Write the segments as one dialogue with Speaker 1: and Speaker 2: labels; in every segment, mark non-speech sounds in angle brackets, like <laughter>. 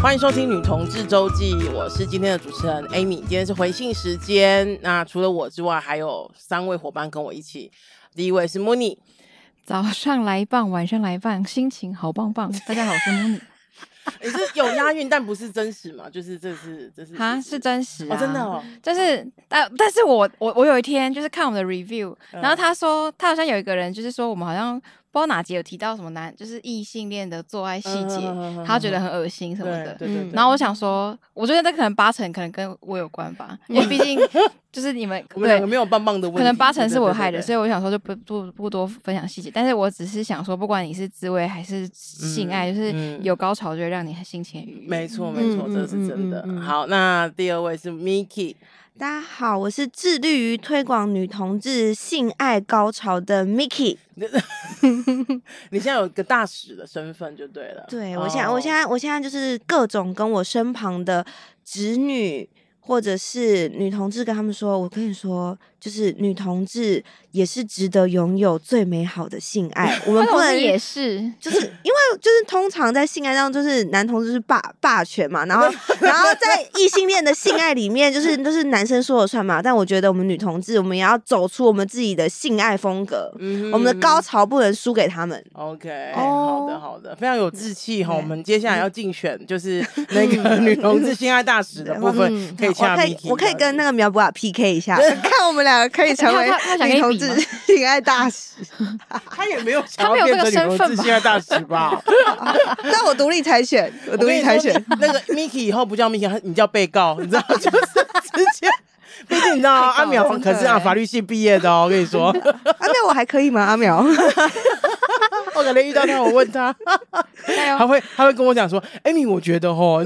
Speaker 1: 欢迎收听《女同志周记》，我是今天的主持人 Amy。今天是回信时间，那除了我之外，还有三位伙伴跟我一起。第一位是 Mooney，
Speaker 2: 早上来一棒，晚上来一棒，心情好棒棒。大家好，我是 Moon。
Speaker 1: 你是有押韵，但不是真实嘛？就是这是这是
Speaker 2: <laughs> 哈，是真实
Speaker 1: 哦，
Speaker 2: 啊，
Speaker 1: 真的哦，
Speaker 2: 就是，但但是我我我有一天就是看我们的 review，
Speaker 1: 嗯
Speaker 2: 然后他说他好像有一个人就是说我们好像不知道哪集有提到什么男就是异性恋的做爱细节，
Speaker 1: 嗯
Speaker 2: 他觉得很恶心什么
Speaker 1: 对
Speaker 2: 的。
Speaker 1: 对对对，
Speaker 2: 嗯然后我想说，我觉得这可能八成可能跟我有关
Speaker 1: <laughs>
Speaker 2: 吧，因为毕竟就是你们
Speaker 1: 我们两
Speaker 2: 对
Speaker 1: 个，没有棒棒的问题，
Speaker 2: 可能八成是我害的，
Speaker 1: 对对对对
Speaker 2: 所以我想说就不不不多分享细节。但是我只是想说，不管你是自慰还是性爱，就是
Speaker 1: 嗯
Speaker 2: 有高潮就会让你心情愉悦。
Speaker 1: 没错没错，
Speaker 3: 嗯
Speaker 1: 这是真的
Speaker 3: 嗯嗯。嗯嗯
Speaker 1: 好，那第二位是 Miki，
Speaker 3: 大家好，我是致力于推广女同志性爱高潮的 Miki。
Speaker 1: 你现在有个大使的身份就对了。
Speaker 3: 对我现在，
Speaker 1: 哦
Speaker 3: 我现在，我现在就是各种跟我身旁的直女或者是女同志跟他们说，我跟你说，就是女同志也是值得拥有最美好的性爱，我们
Speaker 2: 那
Speaker 3: 不
Speaker 2: <laughs> 种
Speaker 3: 能
Speaker 2: 是
Speaker 1: <laughs>
Speaker 2: 也是，
Speaker 3: 就是因为就是通常在性爱当中，就是男同志是霸霸权嘛，然后然后在异性恋的性爱里面，就是就是男生说了算嘛。但我觉得我们女同志，我们也要走出我们自己的性爱风格，
Speaker 1: 嗯哼
Speaker 3: 我们的高潮不能输给他们。
Speaker 1: OK，、好
Speaker 2: 哦
Speaker 1: 的好的，非常有志气哈。
Speaker 3: 对
Speaker 1: 我们接下来要竞选，就是那个女同志性爱大使的部分，
Speaker 2: 嗯
Speaker 1: 可以
Speaker 3: 我
Speaker 1: 下
Speaker 3: 可
Speaker 1: m i
Speaker 3: 以，我可以跟那个苗博雅 PK 一下，看我们两个可以成为
Speaker 2: 他他他想跟
Speaker 3: 女
Speaker 2: 你
Speaker 3: 同
Speaker 2: 比
Speaker 3: 志
Speaker 2: 吗
Speaker 3: <laughs> 性爱大使。 <laughs>
Speaker 1: 他也没有想
Speaker 2: 他没
Speaker 1: 要
Speaker 2: 有
Speaker 1: 变
Speaker 2: 这个
Speaker 1: 成女
Speaker 2: 身
Speaker 1: 同志
Speaker 2: 份吧
Speaker 1: 性爱大使 <laughs> 吧？
Speaker 3: 但我独立参选，我
Speaker 1: 我
Speaker 3: 独
Speaker 1: 跟
Speaker 3: 立
Speaker 1: 你
Speaker 3: 参
Speaker 1: 说
Speaker 3: 选。
Speaker 1: 那个 Miki 以后不叫 Miki，你叫被告，你知道，就是直接。毕竟你知道 <laughs> 啊，
Speaker 2: 被告
Speaker 1: 阿淼
Speaker 2: 真
Speaker 1: 可
Speaker 2: 的
Speaker 1: 是啊
Speaker 2: 欸
Speaker 1: 法律系毕业的哦，我跟你说，
Speaker 3: 阿苗，我还可以吗？阿苗，
Speaker 1: <laughs> 我可能遇到他，我问他，<laughs>
Speaker 2: 加
Speaker 1: 他
Speaker 2: 油！
Speaker 1: 会他会跟我讲说，艾米，我觉得哦，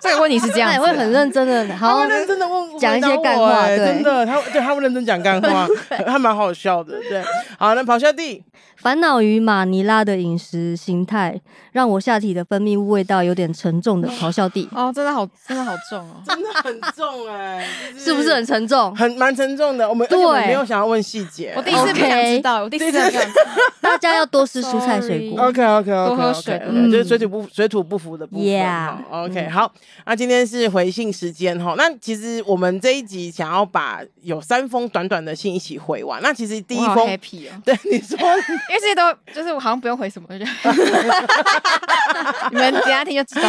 Speaker 2: 这个问题是这样
Speaker 1: 哎
Speaker 2: 子
Speaker 4: 他也
Speaker 2: 啊，，
Speaker 4: 会很认真的，
Speaker 1: 他
Speaker 4: 好
Speaker 1: 会认真的问
Speaker 4: 讲一些
Speaker 1: 回答
Speaker 4: 干
Speaker 1: 我
Speaker 4: 话
Speaker 1: 欸
Speaker 4: 对
Speaker 1: 真的，他对他会认真讲干
Speaker 4: <laughs>
Speaker 1: 话，还蛮好笑的。对，好，那咆哮帝，
Speaker 4: 烦恼于马尼拉的饮食形态，让我下体的分泌物味道有点沉重的咆哮帝
Speaker 2: 哦，真的好，真的好重哦。
Speaker 1: 真的很重哎、 <laughs> 就是
Speaker 4: 不是很沉重？
Speaker 1: 很蛮沉重的？我们而且
Speaker 4: 对
Speaker 1: 我们没有想要问细节。
Speaker 2: 我第一次不想知道，我第一次这样子。
Speaker 4: <laughs> 大家要多吃蔬菜水
Speaker 2: Sorry
Speaker 4: 果。
Speaker 1: 哦 OK OK OK
Speaker 2: 多
Speaker 1: OK，,
Speaker 2: 喝
Speaker 1: o
Speaker 2: 水
Speaker 1: k
Speaker 4: 嗯
Speaker 1: 就是水土不水土不服的部分。
Speaker 4: Yeah 嗯
Speaker 1: 好 OK，好，那今天是回信时间哈。那其实我们这一集想要把有三封短短的信一起回完。那其实第一
Speaker 2: 我好
Speaker 1: 封，
Speaker 2: happy 哦，
Speaker 1: <laughs> 对你说，
Speaker 2: 因为这些都就是我好像不用回什么，我就觉得 <laughs> 你们等一下听就知道。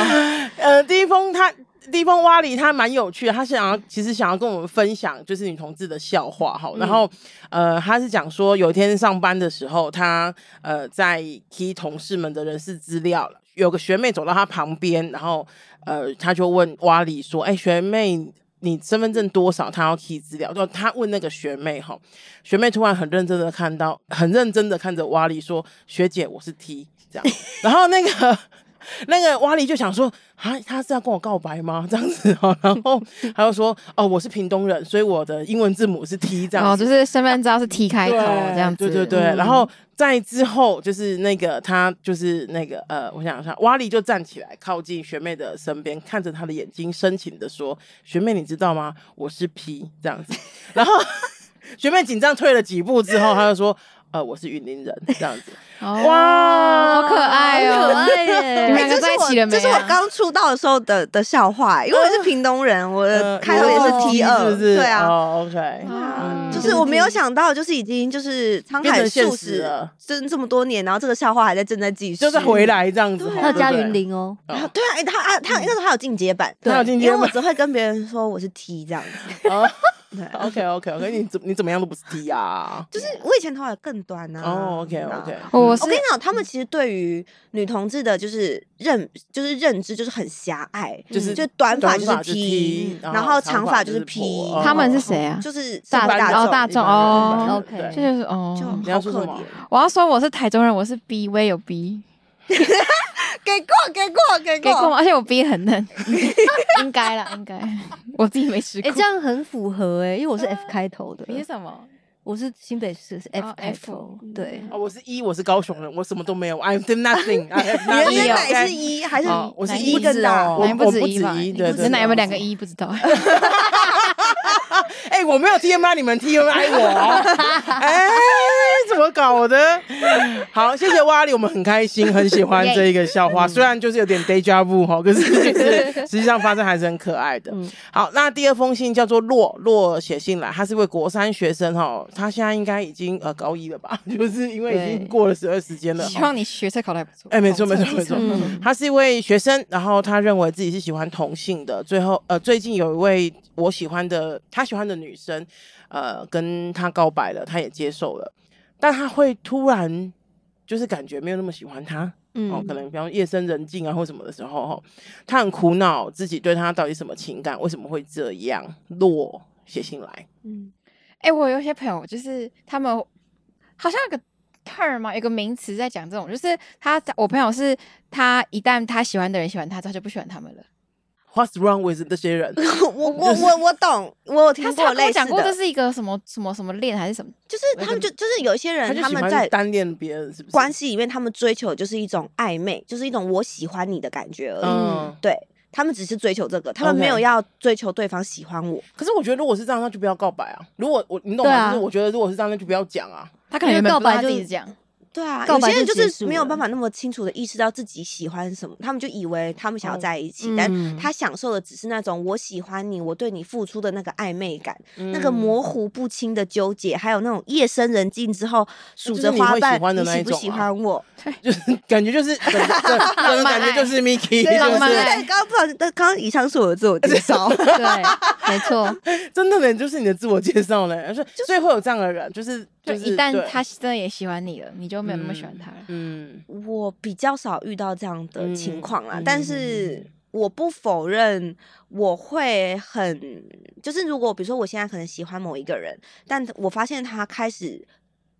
Speaker 1: 呃，第一封他第一封蛙里他蛮有趣的，他想要其实想要跟我们分享就是女同志的笑话哈。然后、呃，他是讲说有一天上班的时候，他呃在 key 同事们的人事资料了。有个学妹走到他旁边，然后呃，他就问蛙里说：“哎、学妹，你身份证多少？”他要 key 资料，就他问那个学妹哈。学妹突然很认真的看到，很认真的看着蛙里说：“学姐，我是 T。”这样，然后那个那个蛙里就想说啊，他是要跟我告白吗？这样子哦，然后他就说哦，我是屏东人，所以我的英文字母是 T 这
Speaker 2: 哦，
Speaker 1: 样子。
Speaker 2: 就是身份证是 T 开头这样子，嗯
Speaker 1: 对对对，然后在之后就是那个他就是那个呃，我想一下，蛙里就站起来靠近学妹的身边，看着她的眼睛，深情的说：“学妹，你知道吗？我是 P 这样子。”然后 <laughs> 学妹紧张退了几步之后，她就说：“呃，我是云林人。”这样子，
Speaker 2: 哦
Speaker 1: 哇
Speaker 2: 好可爱哦，
Speaker 4: 可爱
Speaker 2: 你
Speaker 4: 耶！
Speaker 2: 们
Speaker 3: <laughs> 哎
Speaker 2: 两个
Speaker 3: 这
Speaker 2: 在
Speaker 3: 是
Speaker 2: 一起
Speaker 3: 我
Speaker 2: 了没
Speaker 3: 这
Speaker 2: 啊
Speaker 3: 是我刚出道的时候的的笑话，因为我是屏东人，我的
Speaker 1: 呃，
Speaker 3: 开头也
Speaker 1: 你
Speaker 3: 是 T
Speaker 1: 是
Speaker 3: 二，
Speaker 1: 不是？
Speaker 3: 对啊。
Speaker 1: 哦，OK，
Speaker 2: 哦
Speaker 3: 就
Speaker 1: 嗯
Speaker 3: 是我没有想到，就是已经就是沧
Speaker 1: 变
Speaker 3: 海
Speaker 1: 成现
Speaker 3: 数
Speaker 1: 实
Speaker 3: 十
Speaker 1: 了，
Speaker 3: 真这么多年，然后这个笑话还在正在继续，
Speaker 1: 就是回。来这样子
Speaker 3: 对
Speaker 1: 吼，
Speaker 3: 啊
Speaker 4: 还有加
Speaker 1: 对不对
Speaker 4: 云，林哦，
Speaker 3: 然后对啊，哎他啊他那时候还有进阶版，
Speaker 1: 他有进阶
Speaker 3: 因为我
Speaker 1: 版
Speaker 3: 只会跟别人说我是 T 这样子，对啊
Speaker 1: OK OK OK，你怎你怎么样都不是 T 啊？
Speaker 3: 就是我以前头发更短啊。
Speaker 1: 哦，OK
Speaker 3: 你知道
Speaker 1: OK，
Speaker 2: 哦我是
Speaker 3: 我跟你讲，他们其实对于女同志的，就是认，就是认知，就是很狭隘，
Speaker 1: 就是
Speaker 3: 就短发就
Speaker 1: 短发
Speaker 3: 是
Speaker 1: 是
Speaker 3: P，
Speaker 1: T，然
Speaker 3: 然
Speaker 1: 后
Speaker 3: 后
Speaker 1: 长
Speaker 3: 长
Speaker 1: 发
Speaker 3: 发
Speaker 1: 就
Speaker 3: 就是是 P，
Speaker 1: 婆
Speaker 2: 他们是谁
Speaker 1: 哦
Speaker 2: 啊
Speaker 3: 就是社
Speaker 2: 大
Speaker 3: 会大
Speaker 2: 哦
Speaker 3: 众
Speaker 2: 大众
Speaker 1: 一般人
Speaker 2: 哦
Speaker 1: 一般人
Speaker 4: OK
Speaker 1: 对
Speaker 2: 这就是哦
Speaker 3: 就，
Speaker 1: 你要
Speaker 3: 好
Speaker 1: 说
Speaker 3: 可
Speaker 1: 什么
Speaker 3: 怜。
Speaker 2: 我要说我是台中人，我是 B，我也
Speaker 1: <laughs>
Speaker 2: 有 B，
Speaker 1: 哦
Speaker 3: 给过，给过，给
Speaker 2: 给过
Speaker 3: 过。
Speaker 2: 吗？而且我 B
Speaker 1: <laughs>
Speaker 2: 很嫩，应该啦，应该，我自己没吃过。
Speaker 4: 哎，这样很符合哎，因为我是 F 开头的，
Speaker 2: 你哦是什么？
Speaker 4: 我是新北市是 F
Speaker 2: 哦
Speaker 4: 开
Speaker 2: F
Speaker 4: 头，对，
Speaker 1: 哦，我是一，我是高雄人，我什么都没有，I'm <laughs> nothing，I have nothing。
Speaker 3: 你的奶奶
Speaker 1: OK
Speaker 3: 是一还是
Speaker 1: 哦我是
Speaker 2: 奶
Speaker 1: 一
Speaker 3: 一更大？
Speaker 1: 哦
Speaker 2: 奶
Speaker 1: 我
Speaker 2: 不
Speaker 1: 我
Speaker 2: 止
Speaker 1: 不
Speaker 2: 一
Speaker 1: 止
Speaker 2: 吧？
Speaker 1: 一
Speaker 2: 你
Speaker 1: 对
Speaker 2: 不止
Speaker 1: 对
Speaker 2: 奶有没有两个
Speaker 3: 对
Speaker 2: 一不
Speaker 1: <laughs>
Speaker 2: 知道？
Speaker 1: 哎、我没有 TMI，你们 TMI 我哦，哎、怎么搞的？好，谢谢蛙里，我们很开心，很喜欢这一个笑
Speaker 4: 嗯
Speaker 1: 话，虽然就是有点 deja vu 哈，
Speaker 4: <laughs>
Speaker 1: 可是就是实际上发生还是很可爱的。
Speaker 4: 嗯
Speaker 1: 好，那第二封信叫做洛洛写信来，他是位国三学生哈，他现在应该已经呃高一了吧，就是因为已经
Speaker 4: 对
Speaker 1: 过了十二时间了。
Speaker 2: 希望你学测考得还不错。
Speaker 1: 哎没错
Speaker 2: 统测
Speaker 1: 没错没错
Speaker 4: 嗯
Speaker 1: 他是一位学生，然后他认为自己是喜欢同性的。最后，呃，最近有一位我喜欢的，他喜欢的女生，呃，跟他告白了，他也接受了，但他会突然就是感觉没有那么喜欢他，
Speaker 3: 嗯
Speaker 4: 嗯
Speaker 1: 哦，可能比方夜深人静啊或什么的时候，哦，他很苦恼自己对他到底什么情感，为什么会这样落写信来。
Speaker 3: 嗯
Speaker 2: 哎、我有一些朋友就是他们好像有个 term 啊嘛，有个名词在讲这种，就是他我朋友是他一旦他喜欢的人喜欢他，他就不喜欢他们了。
Speaker 1: What's wrong with 这些人？
Speaker 3: 我我我我懂，我有听
Speaker 2: 他他
Speaker 3: 过
Speaker 2: 跟我
Speaker 3: 类似
Speaker 2: 讲过这
Speaker 3: 的，
Speaker 2: 是一个什么什么什么恋还是什么？
Speaker 3: 就是他们就就是有一些
Speaker 1: 他
Speaker 3: 人
Speaker 1: 就
Speaker 3: 他
Speaker 1: 喜
Speaker 3: 们
Speaker 1: 欢
Speaker 3: 在
Speaker 1: 单恋别人，是不是？
Speaker 3: 关系里面，他们追求就是一种暧昧，就是一种我喜欢你的感觉而已。
Speaker 1: 嗯，
Speaker 3: 对他们只是追求这个，他们
Speaker 1: OK
Speaker 3: 没有要追求对方喜欢我。
Speaker 1: 可是我觉得如果是这样，那就不要告白啊。如果我你懂
Speaker 4: 对
Speaker 1: 吗？
Speaker 4: 啊
Speaker 1: 就是我觉得如果是这样，那就不要讲啊。
Speaker 2: <laughs> 他可能原本
Speaker 4: 因为
Speaker 2: 不
Speaker 4: 告
Speaker 2: 知道他
Speaker 4: 白就
Speaker 2: 自己 <laughs> 讲，
Speaker 3: 对啊，
Speaker 4: 告
Speaker 3: 有
Speaker 4: 白
Speaker 3: 些人
Speaker 4: 就
Speaker 3: 就
Speaker 4: 结
Speaker 3: 是
Speaker 4: 束
Speaker 3: 没有办
Speaker 4: 了
Speaker 3: 法那么清楚的意识到自己喜欢什么，他们就以为他们想要
Speaker 1: 哦
Speaker 3: 在一起，
Speaker 4: 嗯
Speaker 3: 但他享受的只是那种我喜欢你，我对你付出的那个暧昧感，那个
Speaker 1: 嗯
Speaker 3: 模糊不清的纠结，还有那种夜深人静之后数
Speaker 1: 就是
Speaker 3: 着
Speaker 1: 你
Speaker 3: 花
Speaker 1: 会喜
Speaker 3: 瓣，
Speaker 1: 欢的
Speaker 3: 你
Speaker 1: 那一
Speaker 3: 喜不
Speaker 1: 种
Speaker 3: 喜
Speaker 1: 啊 <laughs>
Speaker 3: 欢我？
Speaker 1: <laughs> 就是感觉就是整整整个感觉就是 Miki，
Speaker 3: 对，
Speaker 1: 就
Speaker 2: 浪漫
Speaker 1: 是
Speaker 2: 爱
Speaker 3: 对，刚刚不小心，但刚刚以上是我的自我介绍。
Speaker 4: 对，没错，
Speaker 1: 真的呢，就是你的自我介绍呢，所以所以会有这样的人， <laughs> 就是
Speaker 2: 就是一旦
Speaker 1: 对
Speaker 2: 他真的也喜欢你了，你就没有那么喜欢他了。
Speaker 1: 嗯
Speaker 3: 我比较少遇到这样的情况啦，
Speaker 1: 嗯
Speaker 3: 但是我不否认我会很，就是如果比如说我现在可能喜欢某一个人，但我发现他开始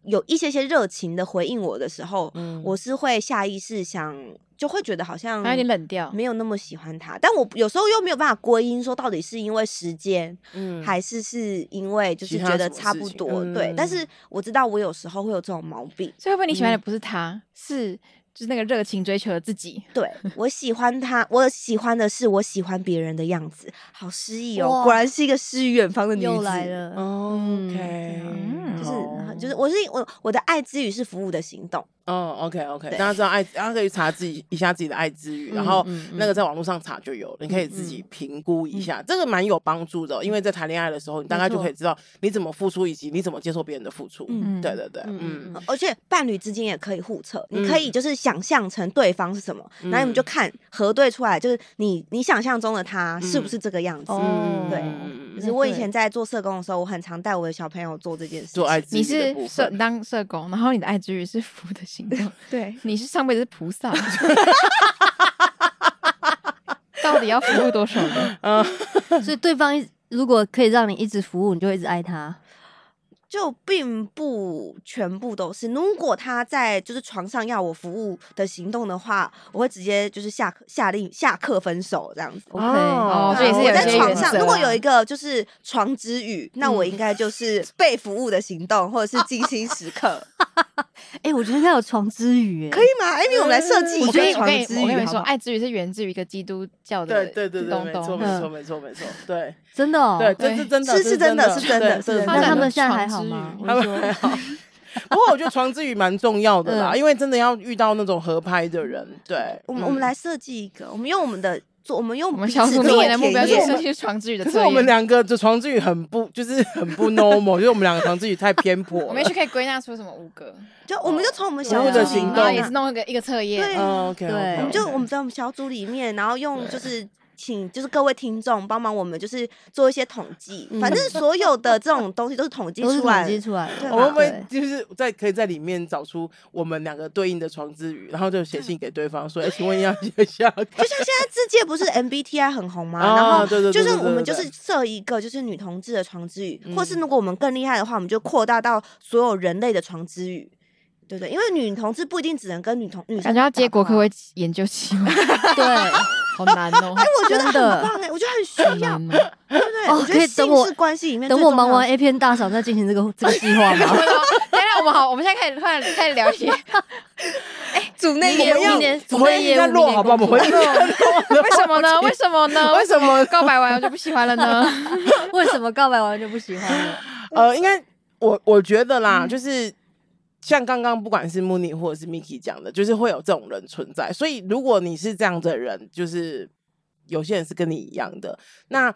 Speaker 3: 有一些些热情的回应我的时候，
Speaker 1: 嗯
Speaker 3: 我是会下意识想，就会觉得好像
Speaker 2: 他有点冷掉，
Speaker 1: 嗯
Speaker 3: 没有那么喜欢他，但我有时候又没有办法归因说到底是因为时间，
Speaker 1: 嗯
Speaker 3: 还是是因为就是
Speaker 1: 其他
Speaker 3: 觉得
Speaker 1: 什么
Speaker 3: 差
Speaker 1: 事
Speaker 3: 不
Speaker 1: 情
Speaker 3: 多，对
Speaker 1: 嗯。
Speaker 3: 但是我知道我有时候会有这种毛病。
Speaker 2: 所以会不会你喜欢的
Speaker 1: 嗯
Speaker 2: 不是他，是就是那个热情追求的自己？
Speaker 3: 对我喜欢他，我喜欢的是我喜欢别人的样子，好诗意哦，
Speaker 4: 哇
Speaker 3: 果然是一个诗与远方的女子。
Speaker 4: 又来，
Speaker 1: 哦
Speaker 4: 了，哦
Speaker 1: OK，哦
Speaker 2: 嗯
Speaker 3: 就
Speaker 1: 好
Speaker 3: 是就是我是我我的爱之语是服务的行动，
Speaker 1: 哦，OK OK，
Speaker 3: 对
Speaker 1: 大家知道爱，大家可以查自己一下自己的爱之语，然后
Speaker 4: 嗯嗯
Speaker 1: 那个在网络上查就有了，你可以自己评估一下，这个蛮有帮助的哦，因为在谈恋爱的时候，你大概就可以知道你怎么付出以及你怎么接受别人的付出。
Speaker 2: 嗯
Speaker 1: 对对对，
Speaker 4: 嗯
Speaker 1: 嗯，
Speaker 3: 而且伴侣之间也可以互测，
Speaker 1: 嗯
Speaker 3: 你可以就是想象成对方是什么，然后你
Speaker 1: 嗯
Speaker 3: 们就看核对出来，就是你你想象中的他是不是这个样子。
Speaker 4: 哦
Speaker 1: 嗯
Speaker 3: 对
Speaker 1: 嗯
Speaker 3: 就是
Speaker 4: 那
Speaker 3: 我以
Speaker 4: 对
Speaker 3: 前在做社工的时候，我很常带我的小朋友做这件事情。
Speaker 1: 做爱之
Speaker 2: 你
Speaker 1: 语的
Speaker 2: 是
Speaker 1: 部
Speaker 2: 社
Speaker 1: 分，
Speaker 2: 当社工，然后你的爱之语是服务的行
Speaker 1: <laughs>
Speaker 2: 动，
Speaker 3: 对，
Speaker 2: 你是上辈子是菩萨，到底要服务多少
Speaker 1: <laughs>
Speaker 2: 人？
Speaker 1: 嗯，
Speaker 4: 所以对方一如果可以让你一直服务，你就会一直爱他。
Speaker 3: 就并不全部都是。如果他在就是床上要我服务的行动的话，我会直接就是下课下令下课分手这样子。
Speaker 4: OK，
Speaker 1: 哦
Speaker 2: 哦所以是有
Speaker 3: 我在
Speaker 2: 些
Speaker 3: 床
Speaker 2: 原
Speaker 3: 上，
Speaker 2: 则
Speaker 3: 如果
Speaker 2: 啊嗯
Speaker 3: 有一个就是床之语，那我应该就是被服务的行动，或者是静心时
Speaker 2: <laughs>
Speaker 3: 刻，
Speaker 4: 哎，我觉得应该有床之语，哎
Speaker 3: 可以吗艾米，我们来设计一
Speaker 2: 我跟
Speaker 3: 个
Speaker 2: 你我
Speaker 3: 床
Speaker 2: 跟你
Speaker 3: 之
Speaker 2: 我
Speaker 3: 语
Speaker 2: 跟你
Speaker 3: 好
Speaker 2: 说，
Speaker 3: 不好？
Speaker 2: 爱之语是源自于一个基督教的
Speaker 1: 对对对对，没
Speaker 2: 东
Speaker 1: 错
Speaker 2: 东
Speaker 1: 没。错
Speaker 4: 嗯
Speaker 1: 没错没错，对
Speaker 4: 真的哦。
Speaker 1: 对，
Speaker 2: 对
Speaker 1: 这是真的，
Speaker 3: 哎是
Speaker 1: 这
Speaker 3: 是真的是真的
Speaker 1: 对
Speaker 3: 是真
Speaker 1: 这
Speaker 3: 的
Speaker 4: 那
Speaker 1: 真
Speaker 4: 他
Speaker 1: 的 <laughs>
Speaker 4: 们现在
Speaker 2: 床
Speaker 4: 还好
Speaker 2: 之
Speaker 4: 吗？
Speaker 2: 语
Speaker 4: 我
Speaker 1: 他
Speaker 4: 就
Speaker 1: 们
Speaker 4: 说
Speaker 1: 还好。 <laughs> 不过我觉得床之语蛮重要的啦，
Speaker 4: 嗯
Speaker 1: 因为真的要遇到那种合拍的人，对，
Speaker 3: 我们我们
Speaker 1: 嗯
Speaker 3: 来设计一个，我们用我们的做，我们用
Speaker 2: 我们
Speaker 3: 彼
Speaker 2: 小
Speaker 3: 此
Speaker 2: 组
Speaker 3: 作
Speaker 2: 明
Speaker 3: 为
Speaker 2: 年的目
Speaker 3: 田
Speaker 2: 标就
Speaker 3: 野
Speaker 2: 是去床之语的
Speaker 1: 可
Speaker 2: 测
Speaker 1: 是
Speaker 2: 验。
Speaker 1: 我们两个的床之语很不，就是很不 normal，就是我们两个床之语太偏颇了。
Speaker 2: 我们也许可以归纳出什么五个，嗯
Speaker 3: 就我
Speaker 2: 哦
Speaker 3: 们就从我们
Speaker 1: 服
Speaker 3: 小
Speaker 1: 务
Speaker 3: 组
Speaker 1: 的
Speaker 3: 里
Speaker 1: 行
Speaker 3: 面
Speaker 2: 然后
Speaker 1: 动
Speaker 2: 也是弄一个一个测验。嗯
Speaker 3: 对
Speaker 1: 哦，OK，
Speaker 4: 对
Speaker 3: 我们就
Speaker 1: OK，OK
Speaker 3: 我们在我们小组里面，然后用就是请就是各位听众帮忙我们就是做一些统计，
Speaker 4: 嗯
Speaker 3: 反正所有的这种东西都是统计
Speaker 4: 都是
Speaker 3: 出来
Speaker 4: 统。计出来的
Speaker 3: 对。
Speaker 1: 我们会不会
Speaker 4: 对
Speaker 1: 就是在可以在里面找出我们两个对应的床之语，然后就写信给对方说：“哎，请问要写下个
Speaker 3: 就像现在自介不是 MBTI 很红吗？
Speaker 1: 啊
Speaker 3: 然后
Speaker 1: 对对对
Speaker 3: 就是
Speaker 1: 对对
Speaker 3: 我们
Speaker 1: 对
Speaker 3: 就是设一个就是女同志的床之语，
Speaker 1: 嗯
Speaker 3: 或是如果我们更厉害的话，我们就扩大到所有人类的床之语，对不对？因为女同志不一定只能跟女同女生
Speaker 2: <laughs> 感觉要接国
Speaker 3: 打炮
Speaker 2: 科
Speaker 3: 啊
Speaker 2: 会研究期 <laughs> 望，
Speaker 1: <laughs>
Speaker 4: 对，
Speaker 2: 好难哦。
Speaker 3: 哎，我觉得
Speaker 4: 真
Speaker 3: 很
Speaker 4: 的
Speaker 3: 棒哎，我觉得很
Speaker 2: 好
Speaker 3: 需要，
Speaker 2: 难哦
Speaker 3: 对不对？
Speaker 4: 哦
Speaker 3: 我觉
Speaker 4: 可
Speaker 3: 得
Speaker 4: 以等我
Speaker 3: 性是关系里面
Speaker 4: 等
Speaker 3: 最
Speaker 4: 我
Speaker 3: 重
Speaker 4: 忙
Speaker 3: 要
Speaker 4: 完
Speaker 3: 的
Speaker 4: A 片大赏再进行这个这个计划
Speaker 2: 等 <laughs>
Speaker 4: 吗？
Speaker 2: 一下我们好，我们现在开始突然开始聊一些
Speaker 1: <laughs>
Speaker 4: 组内
Speaker 1: 业务
Speaker 4: 明年
Speaker 1: 我
Speaker 4: 组
Speaker 1: 们
Speaker 4: 内
Speaker 1: 一
Speaker 4: 业
Speaker 1: 下
Speaker 4: 务，明
Speaker 1: 落
Speaker 4: 年
Speaker 1: 好不好？我
Speaker 4: 工
Speaker 1: 们回
Speaker 4: 作
Speaker 1: 一下落，
Speaker 2: 为什么呢？为什么呢？
Speaker 1: 为什么
Speaker 2: 告白完我就不喜欢
Speaker 1: <laughs>
Speaker 2: 了呢？
Speaker 4: <laughs> 为什么告白完就不喜欢了？
Speaker 2: 嗯
Speaker 1: 呃，应该我我觉得啦，就是像刚刚不管是 Mooney 或者是 Miki 讲的，就是会有这种人存在。所以如果你是这样的人，就是有些人是跟你一样的。那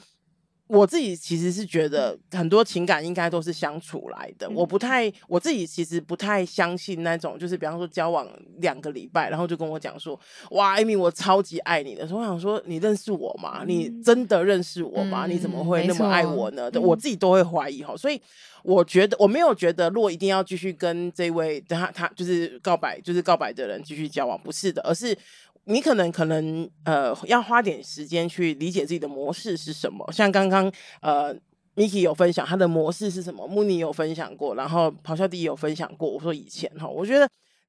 Speaker 1: 我自己其实是觉
Speaker 2: 嗯
Speaker 1: 得很多情感应该都是相处来的。我不太我自己其实不太相信那种，就是比方说交往两个礼拜，然后就跟我讲说：“哇，Amy，我超级爱你的。”所以我想说，你认识我吗？你真的认识我吗？
Speaker 2: 嗯
Speaker 1: 你怎么会那么
Speaker 2: 没错嗯
Speaker 1: 爱我呢？对我自己都会怀疑哈。所以我觉得我没有觉得若一定要继续跟这位他他就是告白就是告白的人继续交往，不是的，而是你可能可能呃要花点时间去理解自己的模式是什么。像刚刚呃 Miki 有分享他的模式是什么，Mooney 有分享过，然后咆哮弟也有分享过。我说以前哈，我觉得。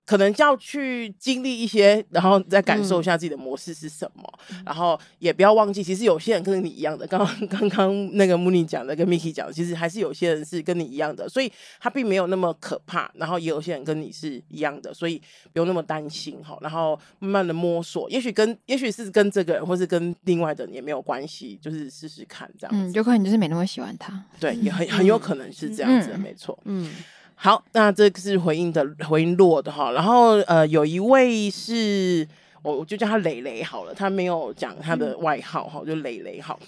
Speaker 1: 可能要去经历一些，然后再感受一下自己的模式是什么，然后也不要忘记，其实有些人跟你一样的，刚刚 <laughs> 刚刚那个穆尼讲的跟 Miki 讲的，其实还是有些人是跟你一样的，所以他并没有那么可怕，然后也有些人跟你是一样的，所以不用那么担心哈，然后慢慢的摸索，也许跟也许是跟这个人或是跟另外的人也没有关系，就是试试看这样
Speaker 2: 嗯，
Speaker 1: 子，
Speaker 2: 有可能你就是没那么喜欢他。
Speaker 1: 对，也很很有可能是这样子的，
Speaker 2: 嗯
Speaker 1: 没错。
Speaker 4: 嗯，
Speaker 1: 好，那这个是回应的回应落的哈。然后呃，有一位是我我就叫他磊磊好了，他没有讲他
Speaker 4: 嗯
Speaker 1: 的外号哈，就磊磊好。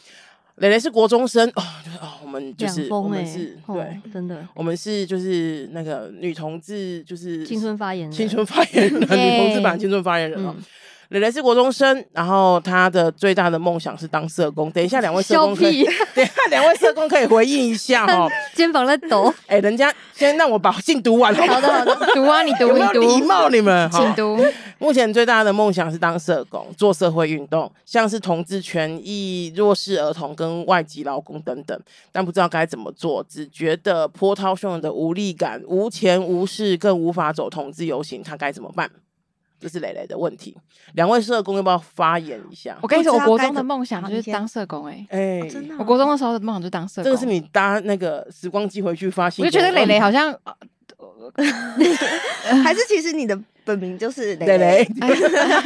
Speaker 1: 磊磊是国中生哦，就是哦，我们就
Speaker 4: 两
Speaker 1: 是我
Speaker 4: 封
Speaker 1: 们
Speaker 4: 哎
Speaker 1: 是，
Speaker 4: 哦
Speaker 1: 对，
Speaker 4: 真的
Speaker 1: 我们是就是那个女同志就是
Speaker 4: 青春发言人，
Speaker 1: 青春发言人，女同志版
Speaker 2: 耶
Speaker 1: 青春发言人哦
Speaker 4: 嗯。
Speaker 1: 磊磊是国中生，然后他的最大的梦想是当社工。等一下，两位社
Speaker 4: 笑
Speaker 1: 工可以
Speaker 4: 屁，，
Speaker 1: <laughs> 等一下两位社工可以回应一下
Speaker 4: <laughs>
Speaker 1: 哦。
Speaker 4: 肩膀在抖，
Speaker 1: 哎、人家先让我把信读完好 <laughs> 不好
Speaker 4: 好的好的，
Speaker 2: 读啊，你读，
Speaker 1: 有没
Speaker 2: 你
Speaker 1: 有礼
Speaker 2: 读，
Speaker 1: 貌你们
Speaker 2: 请
Speaker 1: 哈。
Speaker 2: 读。
Speaker 1: 目前最大的梦想是当社工，做社会运动，像是同志权益、弱势儿童跟外籍劳工等等，但不知道该怎么做，只觉得波涛汹涌的无力感，无钱无势，更无法走同志游行，他该怎么办？这是蕾蕾的问题。两位社工要不要发言一下
Speaker 2: 我？跟你说，
Speaker 3: 不
Speaker 2: 我
Speaker 3: 知道
Speaker 2: 国
Speaker 3: 该
Speaker 2: 中的
Speaker 3: 怎么
Speaker 2: 梦想
Speaker 3: 好
Speaker 2: 就
Speaker 3: 你
Speaker 2: 是
Speaker 3: 先
Speaker 2: 当社工，哎，
Speaker 1: 哎、
Speaker 3: 真的啊，
Speaker 2: 我国哦中的时候的梦想就是当社
Speaker 1: 这
Speaker 2: 工
Speaker 1: 个是。你搭那个时光机回去发信给
Speaker 2: 我就觉得
Speaker 1: 吗
Speaker 2: 蕾蕾好像，呃
Speaker 1: <laughs>
Speaker 3: 还是其实你的本名就是蕾
Speaker 1: 蕾蕾，
Speaker 4: <laughs>
Speaker 2: 哎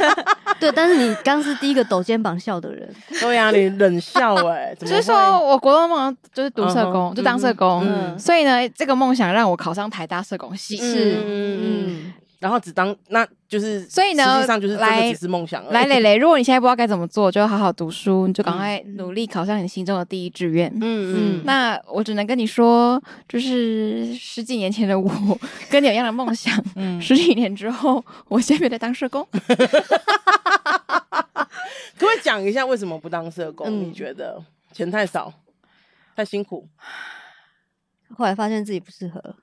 Speaker 1: <laughs>
Speaker 4: 对，但是你刚是第一个抖肩膀笑的人，
Speaker 1: 对呀、你冷笑哎、怎
Speaker 2: 就
Speaker 1: 么
Speaker 2: 是
Speaker 1: 会
Speaker 2: 说我国中的梦想就是读社
Speaker 1: 嗯哼
Speaker 2: 工，就当社工。
Speaker 1: 嗯
Speaker 2: 所以呢，这个梦想让我考上台大社工系。
Speaker 4: 是
Speaker 1: 嗯
Speaker 4: 嗯，
Speaker 1: 然后只当那就是，
Speaker 2: 所以呢
Speaker 1: 实际上就是真的
Speaker 2: 来
Speaker 1: 只是梦想而已。
Speaker 2: 来，蕾蕾，如果你现在不知道该怎么做，就好好读书，你就赶快努力考上你心中的第一志愿。
Speaker 1: 嗯嗯，
Speaker 2: 那我只能跟你说，就是十几年前的我， <laughs> 跟你有一样的梦想。
Speaker 1: 嗯
Speaker 2: 十几年之后，我现在没有在当社工。
Speaker 1: 可不可以讲一下为什么不当社工？
Speaker 4: 嗯
Speaker 1: 你觉得钱太少，太辛苦？
Speaker 4: 后来发现自己不适合，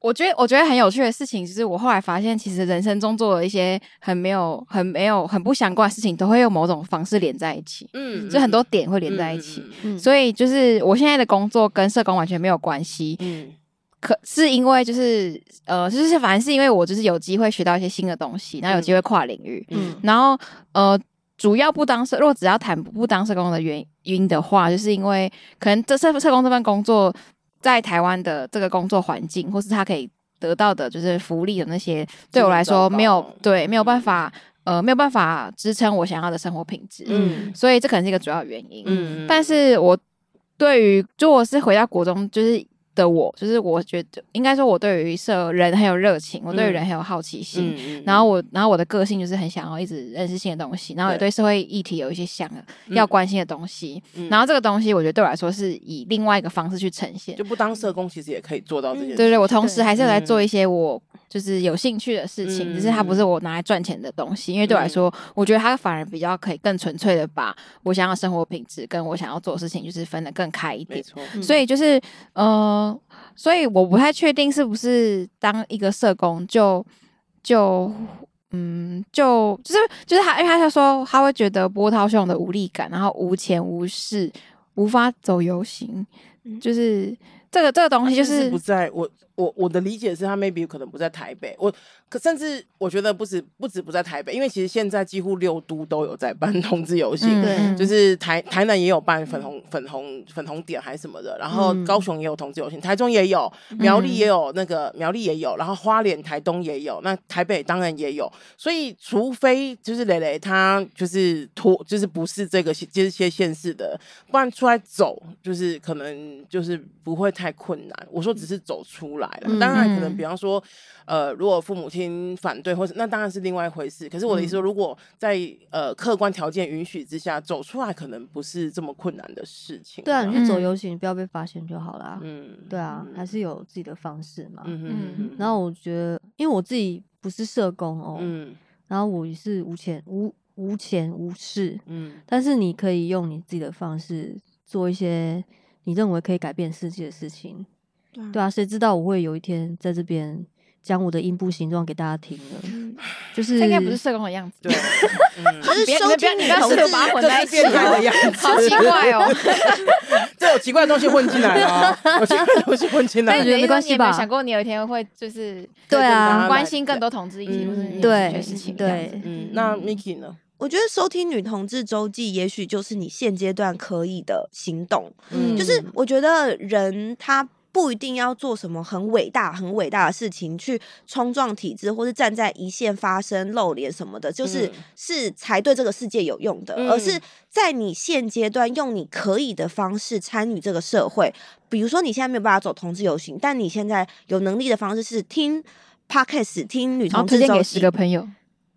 Speaker 2: 我觉得我觉得很有趣的事情，就是我后来发现，其实人生中做的一些很没有、很没有、很不相关的事情，都会用某种方式连在一起，
Speaker 1: 嗯
Speaker 2: 就很多点会连在一起。。
Speaker 4: 嗯，
Speaker 2: 所以就是我现在的工作跟社工完全没有关系，
Speaker 1: 嗯
Speaker 2: 可是因为就是呃，就是反正是因为我就是有机会学到一些新的东西，然后有机会跨领域，
Speaker 1: 嗯
Speaker 2: 然后呃，主要不当社，如果只要谈不当社工的原因的话，就是因为可能这社社工这份工作在台湾的这个工作环境，或是他可以得到的就是福利的那些，对我来
Speaker 1: 糟
Speaker 2: 说
Speaker 1: 糕
Speaker 2: 没有对没有
Speaker 4: 嗯
Speaker 2: 办法呃没有办法支撑我想要的生活品质，
Speaker 1: 嗯
Speaker 2: 所以这可能是一个主要原因。
Speaker 1: 嗯
Speaker 2: 但是我对于就我是回到国中，就是的我，就是我觉得应该说，我对于社人很有热情，我对于人很有好奇心。
Speaker 1: 嗯
Speaker 2: 然后我，然后我的个性就是很想要一直认识新的东西，然后也
Speaker 1: 对
Speaker 2: 对社会议题有一些想
Speaker 1: 嗯
Speaker 2: 要关心的东西。
Speaker 1: 嗯
Speaker 2: 然后这个东西，我觉得对我来说是以另外一个方式去呈现。
Speaker 1: 就不当社工，其实也可以做到这件事。
Speaker 2: 嗯对对，我同时
Speaker 3: 对
Speaker 2: 还是有在做
Speaker 1: 嗯
Speaker 2: 一些我就是有兴趣的事
Speaker 1: 嗯
Speaker 2: 情，只是它不是我拿来赚钱的东西，因为对我来说，我觉得它反而比较可以更纯粹的把我想要的生活品质跟我想要做的事情，就是分得更开一
Speaker 1: 没
Speaker 2: 点。
Speaker 1: 错。
Speaker 4: 嗯
Speaker 2: 所以就是，呃，所以我不太确定是不是当一个社工就就。嗯，就就是就是他，因为他就说他会觉得波涛汹涌的无力感，然后无钱无势，无法走游行，
Speaker 3: 嗯
Speaker 2: 就是这个这个东西就
Speaker 1: 就是是不在我我我的理解是，他 maybe 可能不在台北，我可甚至我觉得不止不止不在台北，因为其实现在几乎六都都有在办同志游行，
Speaker 2: 嗯
Speaker 4: 对
Speaker 1: 就是台台南也有办粉红粉红粉红点还是什么的，然后
Speaker 4: 嗯
Speaker 1: 高雄也有同志游行，台中也有，苗栗也有那个苗栗也有，然后花莲、台东也有，那台北当然也有。所以，除非就是蕾蕾她就是脱，就是不是这个县这些县市的，不然出来走，就是可能就是不会太困难。我说只是走出来了，
Speaker 4: 嗯
Speaker 1: 当然可能
Speaker 2: 嗯
Speaker 1: 比方说，呃，如果父母亲反对，或是那当然是另外一回事。可是我的意思
Speaker 4: 嗯
Speaker 1: 说，如果在呃客观条件允许之下走出来，可能不是这么困难的事情。
Speaker 4: 对啊，你去走
Speaker 2: 嗯
Speaker 4: 游行，不要被发现就好啦。
Speaker 1: 嗯
Speaker 4: 对啊，还
Speaker 1: 嗯
Speaker 4: 是有自己的方式嘛。
Speaker 1: 嗯
Speaker 2: 嗯
Speaker 1: 嗯
Speaker 4: 然后我觉得，因为我自己不是社工哦，
Speaker 1: 嗯
Speaker 4: 然后我也是无钱无无钱无势，
Speaker 1: 嗯
Speaker 4: 但是你可以用你自己的方式做一些你认为可以改变世界的事情。对啊，谁知道我会有一天在这边讲我的阴部形状给大家听呢？就是
Speaker 2: 嗯这应该不是社工的样子。
Speaker 1: 对，嗯
Speaker 3: 可是
Speaker 2: 别
Speaker 3: 收
Speaker 2: 你不要
Speaker 3: 听
Speaker 2: 你
Speaker 3: 女
Speaker 2: 不要
Speaker 3: 同
Speaker 2: 试
Speaker 3: 志
Speaker 2: 着把它混在一起
Speaker 1: 这是变态的样
Speaker 2: 哦，
Speaker 1: 子
Speaker 2: <laughs> 好奇怪哦。
Speaker 1: <laughs> 这有奇怪的东西混进来了啊，有奇怪的东西混进来
Speaker 2: 但
Speaker 4: 我
Speaker 2: 你
Speaker 1: 了。
Speaker 4: 觉
Speaker 2: 的
Speaker 4: 得
Speaker 2: 意思说你
Speaker 4: 没关系
Speaker 2: 有没有
Speaker 4: 吧
Speaker 2: 想过你有一天会就是
Speaker 4: 对啊
Speaker 1: 嗯
Speaker 2: 关心更多同志议题，
Speaker 1: 嗯
Speaker 2: 或者你
Speaker 4: 对
Speaker 2: 的事情这样子
Speaker 4: 对，
Speaker 1: 嗯，那 Miki 呢？
Speaker 3: 我觉得收听女同志周记，也许就是你现阶段可以的行动。
Speaker 4: 嗯
Speaker 3: 就是我觉得人他不一定要做什么很伟大、很伟大的事情去冲撞体制，或是站在一线发声、露脸什么的，就是、
Speaker 1: 嗯
Speaker 3: 是才对这个世界有用的，
Speaker 1: 嗯
Speaker 3: 而是在你现阶段用你可以的方式参与这个社会。比如说你现在没有办法走同志游行，但你现在有能力的方式是听 podcast、听女
Speaker 2: 然
Speaker 3: 同
Speaker 2: 后推
Speaker 3: 志
Speaker 2: 荐
Speaker 3: 周
Speaker 2: 给
Speaker 3: 记
Speaker 2: 十个嗯朋友。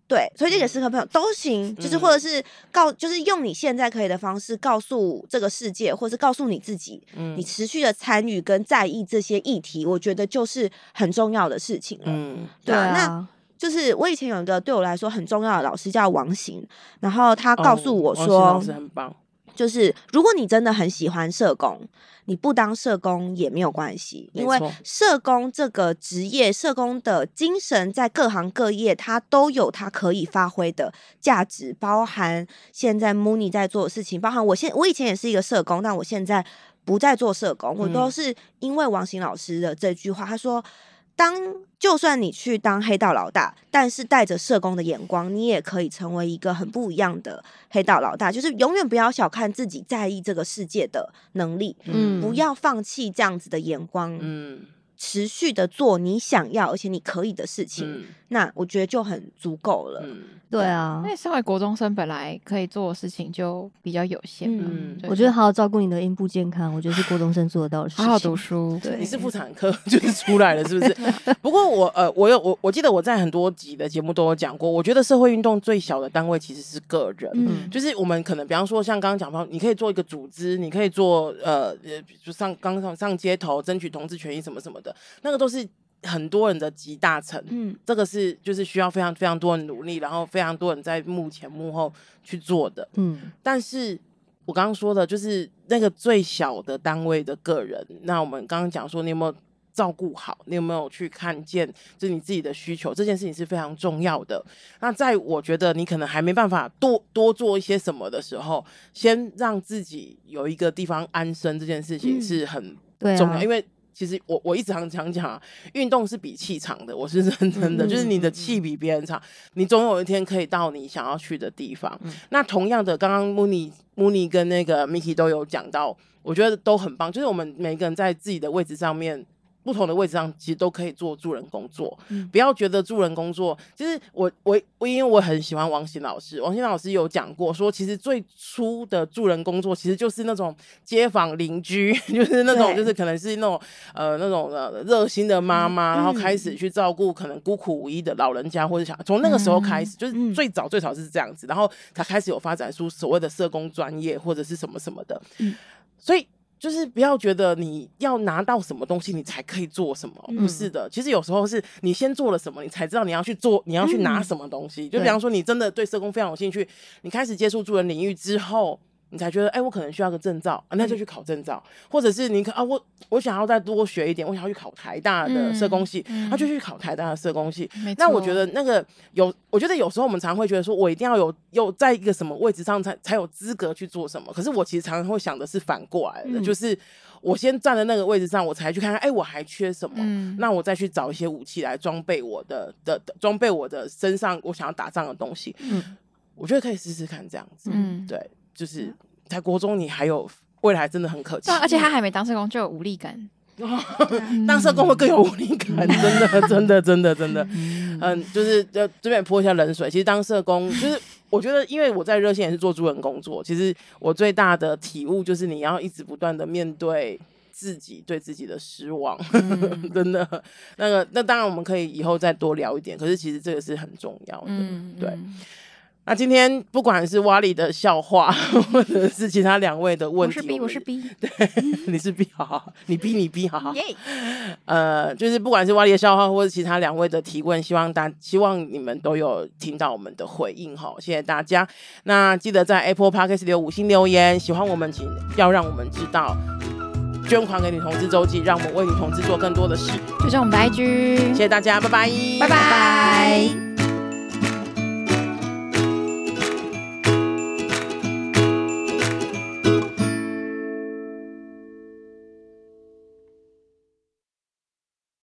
Speaker 3: 对，推荐给十个朋友都行，就是
Speaker 1: 嗯
Speaker 3: 或者是告，就是用你现在可以的方式告诉这个世界，或是告诉你自己，
Speaker 1: 嗯
Speaker 3: 你持续的参与跟在意这些议题，我觉得就是很重要的事情了。
Speaker 1: 嗯
Speaker 3: 对啊，那
Speaker 4: 啊，
Speaker 3: 就是我以前有一个对我来说很重要的老师叫王行，然后他
Speaker 1: 哦
Speaker 3: 告诉我
Speaker 1: 王心
Speaker 3: 说，
Speaker 1: 老师很棒。
Speaker 3: 就是如果你真的很喜欢社工，你不当社工也没有关系，
Speaker 1: 没
Speaker 3: 因为
Speaker 1: 错
Speaker 3: 社工这个职业，社工的精神在各行各业它都有它可以发挥的价值，包含现在 Mooney 在做的事情，包含我现我以前也是一个社工，但我现在不再做社工，我都
Speaker 1: 嗯
Speaker 3: 是因为王行老师的这句话，他说。当就算你去当黑道老大，但是带着社工的眼光，你也可以成为一个很不一样的黑道老大。就是永远不要小看自己在意这个世界的能力，
Speaker 4: 嗯
Speaker 3: 不要放弃这样子的眼光，
Speaker 1: 嗯
Speaker 3: 持续的做你想要而且你可以的事情。
Speaker 1: 嗯
Speaker 3: 那我觉得就很足够了。
Speaker 1: 嗯
Speaker 4: 对啊
Speaker 2: 因，为身为国中生，本来可以做的事情就比较有限嘛。
Speaker 1: 嗯
Speaker 2: 对
Speaker 4: 我觉得好好照顾你的阴部健康，我觉得是国中生做得到的事
Speaker 2: 好
Speaker 4: 情。
Speaker 2: 好读，书，
Speaker 4: 对，
Speaker 1: 你是妇产科 <laughs> 就是出来了，是不是？不过我呃，我有我我记得我在很多集的节目都有讲过，我觉得社会运动最小的单位其实是个人。
Speaker 4: 嗯，
Speaker 1: 就是我们可能，比方说像刚刚讲到，你可以做一个组织，你可以做呃呃，就上刚上上街头争取同志权益什么什么的，那个都是很多人的集大成。
Speaker 3: 嗯，
Speaker 1: 这个是就是需要非常非常多人努力，然后非常多人在幕前幕后去做的。
Speaker 4: 嗯，
Speaker 1: 但是我刚刚说的，就是那个最小的单位的个人。那我们刚刚讲说，你有没有照顾好？你有没有去看见，就是你自己的需求？这件事情是非常重要的。那在我觉得你可能还没办法多多做一些什么的时候，先让自己有一个地方安身，这件事情
Speaker 3: 嗯
Speaker 1: 是很
Speaker 4: 对啊，
Speaker 1: 重要，因为其实我我一直常常讲啊，运动是比气长的，我是认真的，
Speaker 4: 嗯
Speaker 1: 就是你的气比别人长，你总有一天可以到你想要去的地方。
Speaker 4: 嗯
Speaker 1: 那同样的，刚刚 Mooney Mooney 跟那个 Miki 都有讲到，我觉得都很棒，就是我们每个人在自己的位置上面。不同的位置上，其实都可以做助人工作。
Speaker 3: 嗯
Speaker 1: 不要觉得助人工作，就是我我我，因为我很喜欢王鑫老师，王鑫老师有讲过说，其实最初的助人工作其实就是那种街坊邻居， <laughs> 就是那种
Speaker 3: 对嗯
Speaker 1: 就是可能是那种呃那种呃热心的妈妈，然后开始去照顾可能孤苦无依的老人家或者小孩，从那个时候开始，就是
Speaker 3: 嗯
Speaker 1: 最早最早是这样子，然后才开始有发展出所谓的社工专业或者是什么什么的，所以。就是不要觉得你要拿到什么东西你才可以做什么，不
Speaker 2: 嗯
Speaker 1: 是的。其实有时候是你先做了什么，你才知道你要去做，你要去
Speaker 2: 嗯
Speaker 1: 拿什么东西。就比
Speaker 4: 对
Speaker 1: 方说，你真的对社工非常有兴趣，你开始接触助人领域之后，你才觉得，哎、我可能需要个证照、啊，
Speaker 2: 嗯
Speaker 1: 那就去考证照，或者是你可啊，我我想要再多学一点，我想要去考台大的社工系，啊
Speaker 2: 嗯嗯
Speaker 1: 那就去考台大的社工系。
Speaker 2: 没
Speaker 1: 那我
Speaker 2: 错
Speaker 1: 觉得那个有，我觉得有时候我们常会觉得说，我一定要有有在一个什么位置上才才有资格去做什么。可是我其实常常会想的是反过来的，
Speaker 3: 嗯
Speaker 1: 就是我先站在那个位置上，我才去看看，哎、我还缺什么？
Speaker 2: 嗯
Speaker 1: 那我再去找一些武器来装备我的的的装备我的身上我想要打仗的东西。
Speaker 4: 嗯
Speaker 1: 我觉得可以试试看这样子。
Speaker 2: 嗯，
Speaker 1: 对，就是在国中你还有未来，真的很可期
Speaker 2: 对。啊，而且他还没当社工就有无力 <laughs> 感，嗯
Speaker 1: 当社工会更有无力
Speaker 2: <laughs>
Speaker 1: 感，真的，真的，真的，真的。嗯，就是就这边泼一下冷水。其实当社工，就是我觉得，因为我在热线也是做助人工作，其实我最大的体悟就是你要一直不断的面对。自己对自己的失望，<laughs>
Speaker 2: 嗯
Speaker 1: 真的。那个，那当然我们可以以后再多聊一点，可是其实这个是很重要的。
Speaker 2: 嗯，
Speaker 1: 对
Speaker 2: 嗯
Speaker 1: 那今天不管是瓦里的笑话，或者是其他两位的问题，
Speaker 2: 我是 B，
Speaker 1: 们
Speaker 2: 我是 B，
Speaker 1: <laughs> 你是 B，好好，好你 B 你 B，好好。好
Speaker 2: 耶，
Speaker 1: 呃，就是不管是瓦力的笑话，或者其他两位的提问，希望大希望你们都有听到我们的回应哈，谢谢大家。那记得在 Apple Podcast 留五星留言，喜欢我们请要让我们知道，捐款给女同志周记，让我们为女同志做更多的事。
Speaker 2: 就像我们的 IG，
Speaker 1: 谢谢大家，拜拜，
Speaker 2: 拜拜。